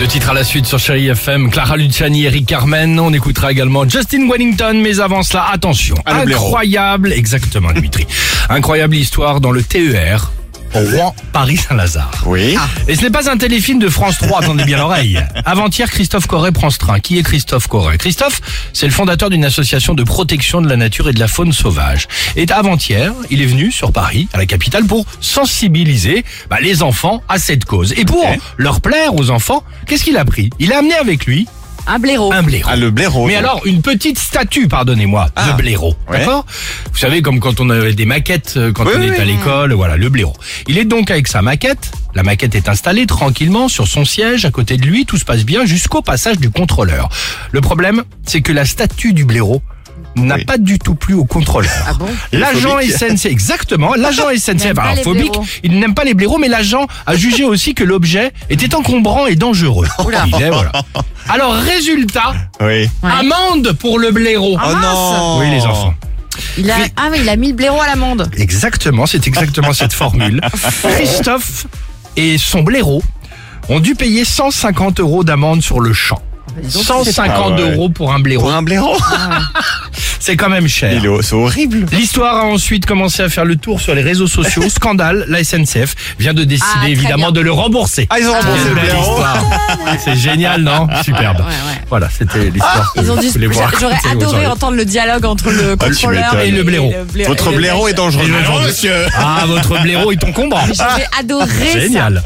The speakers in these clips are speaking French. Deux titres à la suite sur Chérie FM, Clara Luciani, Eric Carmen. On écoutera également Justin Wellington, mais avant cela, attention. Alain Blaireau. incroyable, exactement Dimitri. incroyable histoire dans le TER. Au Rouen, Paris-Saint-Lazare. Oui. Ah. Et ce n'est pas un téléfilm de France 3, attendez bien l'oreille. Avant-hier, Christophe Corré prend ce train. Qui est Christophe Corré Christophe, c'est le fondateur d'une association de protection de la nature et de la faune sauvage. Et avant-hier, il est venu sur Paris, à la capitale, pour sensibiliser bah, les enfants à cette cause. Et pour Ok. leur plaire aux enfants, qu'est-ce qu'il a pris Il a amené avec lui Un blaireau. un blaireau. Ah, le blaireau. Mais alors, une petite statue, pardonnez-moi, Ah. de blaireau. Ouais. D'accord Vous savez, comme quand on avait des maquettes, euh, quand Oui, on oui, est à oui. l'école, voilà, le blaireau. Il est donc avec sa maquette. La maquette est installée tranquillement sur son siège, à côté de lui, tout se passe bien jusqu'au passage du contrôleur. Le problème, c'est que la statue du blaireau n'a Oui. pas du tout plu au contrôleur. Ah bon L'agent Phobique. SNCF, exactement, l'agent SNCF, pas alors les phobique, blaireaux. il n'aime pas les blaireaux, mais l'agent a jugé aussi que l'objet était encombrant et dangereux. Oula. Il disait, voilà. Alors résultat, Oui. Oh Ouais. amende pour le blaireau. Ah, mince. non. oui les enfants. Il a... Mais- Ah oui, il a mis le blaireau à l'amende. Exactement, c'est exactement cette formule. Christophe et son blaireau ont dû payer 150 euros d'amende sur le champ. bah, Donc, 150 Ah ouais. euros pour un blaireau, Pour un blaireau. Ah. c'est quand même cher. Il est- C'est horrible. L'histoire a ensuite commencé à faire le tour sur les réseaux sociaux. Scandale, la SNCF vient de décider Ah, très évidemment bien. de le rembourser. Ah, ils ont Quelle remboursé le belle blaireau. histoire. C'est génial, non Superbe. Ouais, ouais. Ah, Voilà, c'était l'histoire. que Ils ont je dit, voulais vous j'aurais raconter adoré aujourd'hui. entendre le dialogue entre le Ah, tu contrôleur m'étonnes. et, Et le blaireau. Votre blaireau est dangereux. Et le blaireau, monsieur. Ah, votre blaireau est ton combat. J'aurais adoré ça. Génial.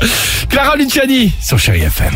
Clara Luciani sur Chéri FM.